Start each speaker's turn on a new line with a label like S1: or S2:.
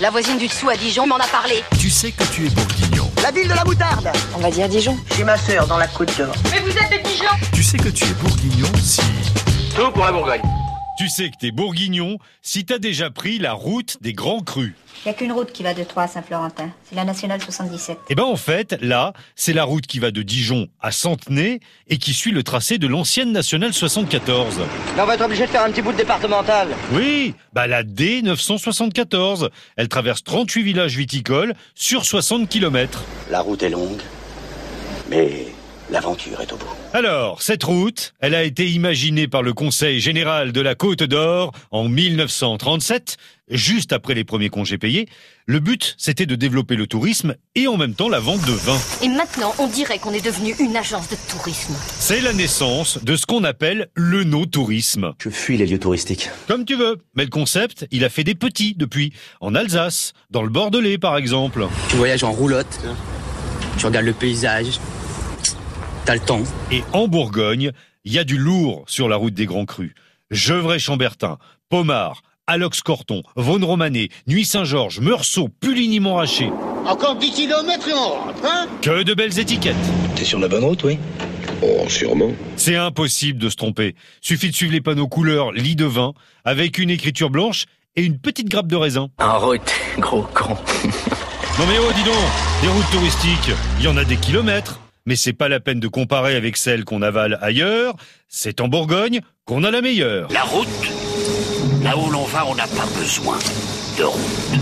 S1: La voisine du dessous à Dijon m'en a parlé.
S2: Tu sais que tu es bourguignon.
S3: La ville de la moutarde
S4: On va dire Dijon.
S3: Chez ma sœur dans la côte d'or.
S5: Mais vous êtes de Dijon
S2: Tu sais que tu es bourguignon si...
S6: Tout pour la Bourgogne.
S7: Tu sais que t'es bourguignon si t'as déjà pris la route des grands crus.
S8: Il n'y a qu'une route qui va de Troyes à Saint-Florentin. C'est la nationale 77.
S7: Eh ben en fait, là, c'est la route qui va de Dijon à Centenay et qui suit le tracé de l'ancienne nationale 74.
S9: Mais on va être obligé de faire un petit bout de départemental.
S7: Oui, bah la D 974. Elle traverse 38 villages viticoles sur 60 km.
S10: La route est longue, mais l'aventure est au bout.
S7: Alors, cette route, elle a été imaginée par le Conseil général de la Côte d'Or en 1937, juste après les premiers congés payés. Le but, c'était de développer le tourisme et en même temps la vente de vin.
S1: Et maintenant, on dirait qu'on est devenu une agence de tourisme.
S7: C'est la naissance de ce qu'on appelle le no-tourisme.
S10: Je fuis les lieux touristiques.
S7: Comme tu veux, mais le concept, il a fait des petits depuis, en Alsace, dans le Bordelais par exemple.
S11: Tu voyages en roulotte, tu regardes le paysage, T'as le temps.
S7: Et en Bourgogne, il y a du lourd sur la route des Grands Crus. Gevrey-Chambertin, Pomard, Alox-Corton, Vaune-Romanée, Nuit-Saint-Georges, Meursault, Puligny-Montrachet.
S12: Encore 10 kilomètres et on rentre, hein
S7: Que de belles étiquettes.
S13: T'es sur la bonne route, oui Oh, sûrement.
S7: C'est impossible de se tromper. Suffit de suivre les panneaux couleurs lit de vin avec une écriture blanche et une petite grappe de raisin.
S11: En route, gros con.
S7: non mais oh, dis donc, des routes touristiques, il y en a des kilomètres mais c'est pas la peine de comparer avec celle qu'on avale ailleurs. C'est en Bourgogne qu'on a la meilleure.
S14: La route, là où l'on va, on n'a pas besoin de route.